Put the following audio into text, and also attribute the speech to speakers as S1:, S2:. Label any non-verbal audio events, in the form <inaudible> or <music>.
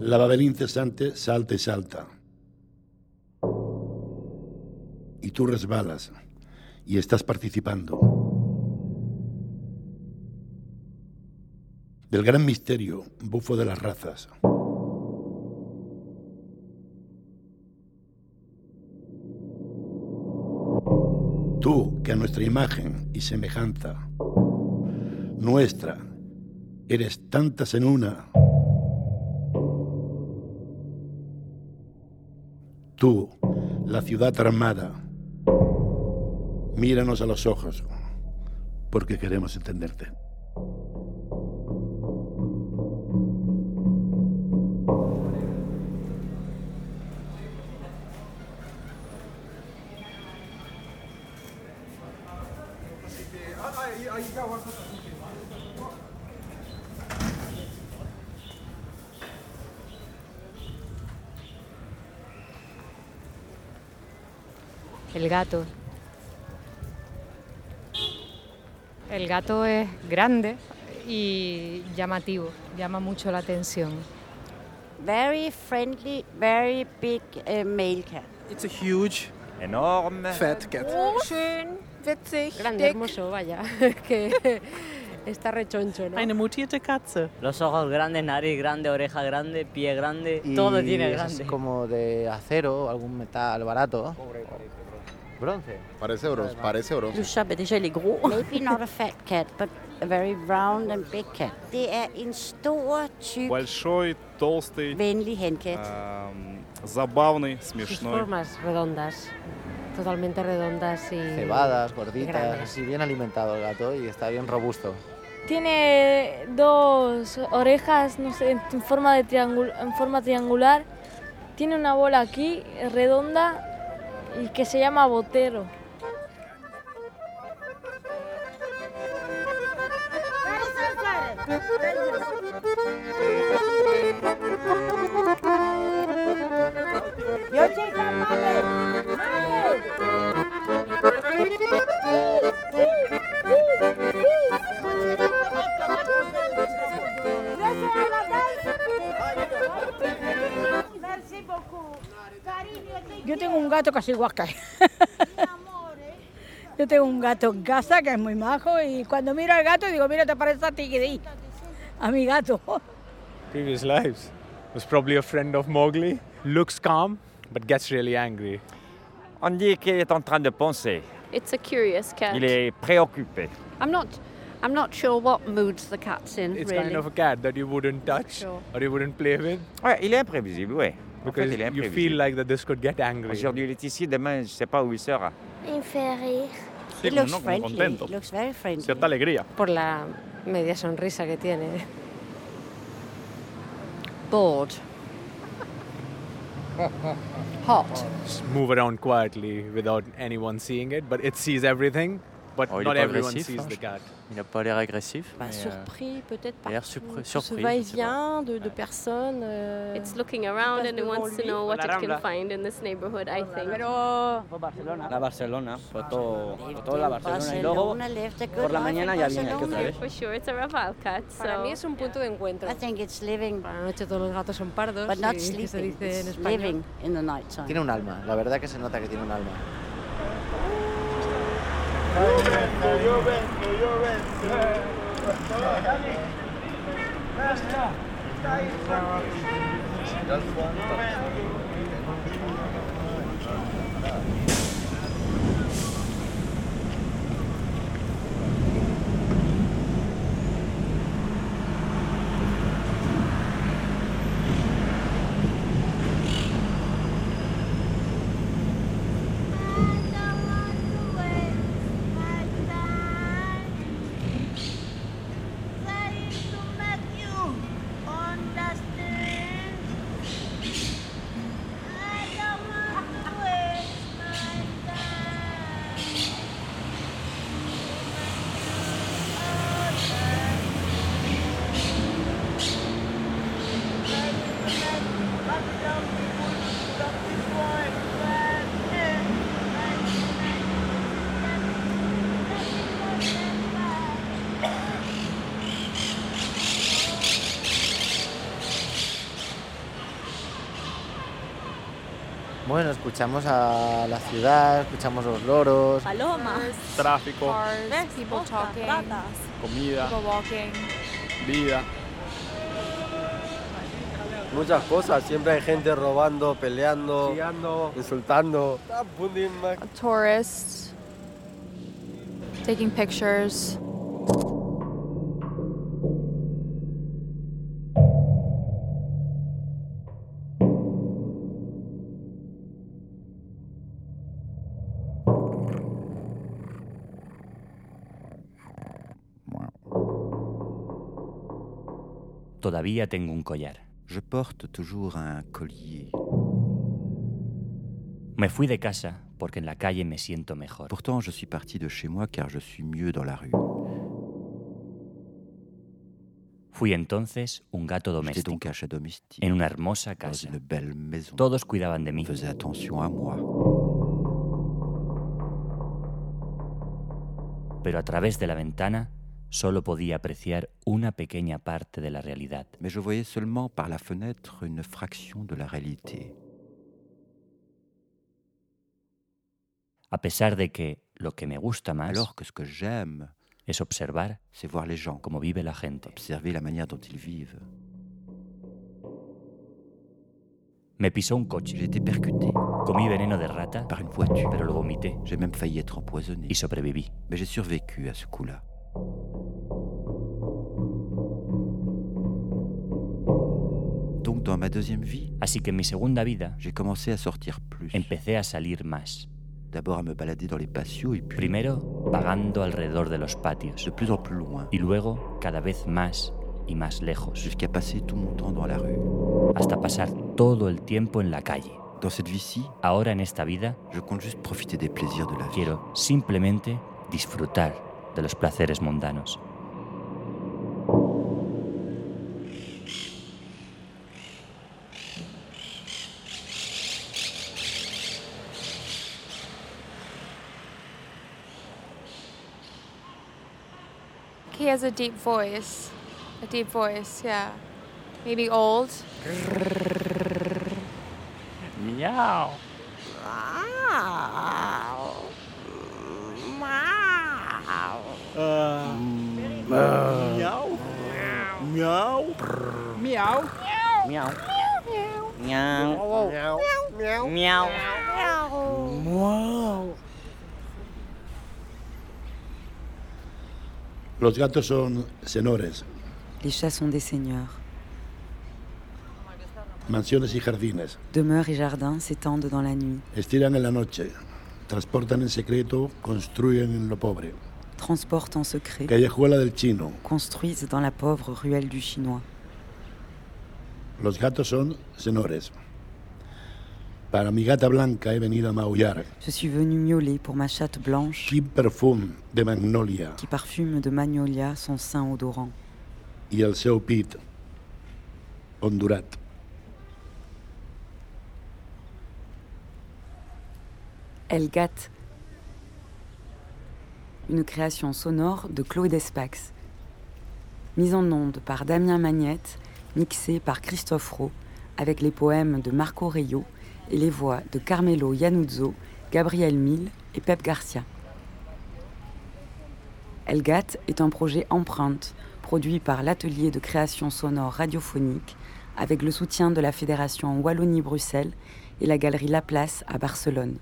S1: La Babel incesante salta y salta. Y tú resbalas y estás participando del gran misterio, bufo de las razas. Tú, que a nuestra imagen y semejanza, nuestra, eres tantas en una. Tú, la ciudad armada, míranos a los ojos, porque queremos entenderte.
S2: El gato. El gato es grande y llamativo, llama mucho la atención.
S3: Very friendly, very big uh, male cat.
S4: It's a huge,
S5: Enorme.
S4: fat cat.
S6: Schön, witzig,
S2: er
S3: Grande,
S6: dick.
S3: hermoso, vaya. que está rechoncho, ¿no?
S7: Eine mutierte Katze.
S8: Los ojos grandes, nariz grande, oreja grande, pie grande,
S9: Y
S8: todo tiene
S9: es así
S8: grande.
S9: como de acero, algún metal barato. Bronce.
S10: Parece bronce, parece bronce.
S3: Du chat, déjà, il est gros. Maybe not a fat cat, but a very round and big cat. Det er en stor, tyk,
S5: Большой, толстый,
S3: venlig handkat.
S5: эм, забавный, смешной.
S3: redondas, totalmente redondas y...
S9: Cebadas, gorditas,
S3: Grande.
S9: así bien alimentado el gato y está bien robusto.
S6: Tiene dos orejas, no sé, en forma, de triángulo, en forma triangular. Tiene una bola aquí, eh, redonda, y que se llama botero.
S11: Yo tengo un gato casi igual que él. Yo tengo un gato en casa que es muy majo y cuando miro al gato digo, mira, te parece a ti, Kiddy". a mi gato. <laughs>
S4: Previous lives. Was probably a friend of Mowgli. Looks calm, but gets really angry.
S5: Он dit qu'il est en train de penser.
S12: It's a curious cat.
S5: Il est préoccupé.
S12: I'm not. I'm not sure what moods the cat's in.
S4: It's
S12: really.
S4: kind of a cat that you wouldn't touch
S12: Sure.
S4: or you wouldn't play with
S5: Ouais, il est imprévisible, oui. En fait,
S4: because
S5: il est
S4: you feel
S5: imprévisible.
S4: like that this could get angry.
S5: Aujourd'hui, il est ici, demain, je ne sais pas où il sera.
S6: Me fait rire.
S3: It looks
S4: er
S3: friendly, it looks very friendly.
S5: alegría.
S3: Por la media sonrisa que tiene.
S12: bored. Hot.
S4: Just move around quietly without anyone seeing it, but it sees everything, but
S9: Oh, il est
S4: not
S9: pas
S4: everyone
S9: agressif,
S4: sees
S9: hein,
S4: the
S9: je-
S4: cat.
S9: Il n'a pas l'air agressif.
S4: Mais, euh,
S7: Surpris peut-être
S9: Il a
S7: par
S9: l'air
S7: tout-
S9: surpris-
S7: tout
S9: surpris, je
S7: ce
S9: sais
S7: va-et-vient de, de personnes. euh,
S12: It's looking around and it wants to know what it can find in this neighborhood. I think.
S8: La Barcelona, fue todo,
S3: Barcelona left a good
S8: por la
S3: life in
S8: mañana ya viene aquí
S3: Barcelona.
S8: otra vez.
S12: For sure, it's a Raval cat.
S2: Para mí
S12: So
S2: es un punto de encuentro.
S3: I think it's living,
S2: Para la noche todos los gatos son pardos,
S3: but not
S2: y Ah, que se
S3: sleeping.
S2: dice en
S3: It's
S2: español.
S3: living in the night
S8: Ah.
S3: time.
S9: Tiene un alma, la verdad que se nota que tiene un alma.
S13: Bueno, escuchamos a la ciudad, escuchamos los loros.
S10: Palomas.
S4: Tráfico.
S10: Cars, people talking.
S4: Comida.
S10: People walking.
S4: Vida.
S14: Muchas cosas, siempre hay gente robando, peleando, insultando.
S10: Tourists. Taking pictures.
S8: Todavía tengo un collar.
S9: Je porte toujours un collier.
S8: Me fui de casa porque en la calle me siento mejor.
S9: Pourtant, je suis parti de chez moi car je suis mieux dans la rue.
S8: Fui entonces un gato
S9: J'étais
S8: doméstico
S9: donc un chat domestique
S8: en una hermosa
S9: dans
S8: casa.
S9: une belle maison.
S8: Todos cuidaban de
S9: On
S8: mí.
S9: faisait attention à moi.
S8: pero a través de la ventana solo podía apreciar una pequeña parte de la realidad.
S9: Mais je voyais seulement par la fenêtre une fraction de la réalité.
S8: A pesar de que lo que me gusta más
S9: Alors que ce que j'aime,
S8: es observar
S9: c'est voir les gens,
S8: cómo vive la gente.
S9: observer la manière dont ils vivent.
S8: Me pisó un coche,
S9: J'ai été percuté
S8: comí veneno de rata,
S9: par une voiture.
S8: pero lo vomité
S9: J'ai même failli être empoisonné.
S8: y sobreviví.
S9: Mais j'ai survécu à ce coup-là. Donc dans ma deuxième vie,
S8: Así que en mi segunda vida
S9: j'ai commencé à sortir plus.
S8: empecé a salir más.
S9: D'abord à me balader dans les patios et puis
S8: Primero vagando alrededor de los patios
S9: de plus en plus loin,
S8: y luego cada vez más y más lejos,
S9: jusqu'à passer tout mon temps dans la rue.
S8: hasta pasar todo el tiempo en la calle.
S9: Dans cette vie-ci,
S8: Ahora en esta vida
S9: je compte juste profiter des plaisirs de la vie.
S8: quiero simplemente disfrutar de los placeres mundanos.
S10: He has a deep voice. A deep voice, yeah. Maybe old.
S4: Miau. Miau. Miau.
S11: Miau.
S15: Miau. Miau. Miau.
S1: Los gatos son senores,
S3: Les chats sont des seigneurs.
S1: mansiones y jardines.
S3: Demeures et jardins s'étendent dans la nuit,
S1: Estiran en la noche, transportan en secreto, construyen en lo pobre.
S3: transportent en secret,
S1: Callejuela del chino.
S3: construisent dans la pauvre ruelle du Chinois.
S1: Los gatos son senores. Para mi gata blanca he venido a maullar.
S3: Je suis venu miauler pour ma chatte blanche
S1: Keep perfume de magnolia
S3: qui parfume de magnolia son sein odorant.
S1: y el seu pit. Hondurat.
S3: Elle gâte. Une création sonore de Claude Espax. Mise en onde par Damien Magnette, mixée par Christophe Rowe, avec les poèmes de Marco Reyo et les voix de Carmelo Iannuzzo, Gabriel Mille et Pep Garcia. Elle gâte est un projet empreinte, produit par l'atelier de création sonore radiophonique, avec le soutien de la Fédération Wallonie-Bruxelles et la galerie Laplace à Barcelone.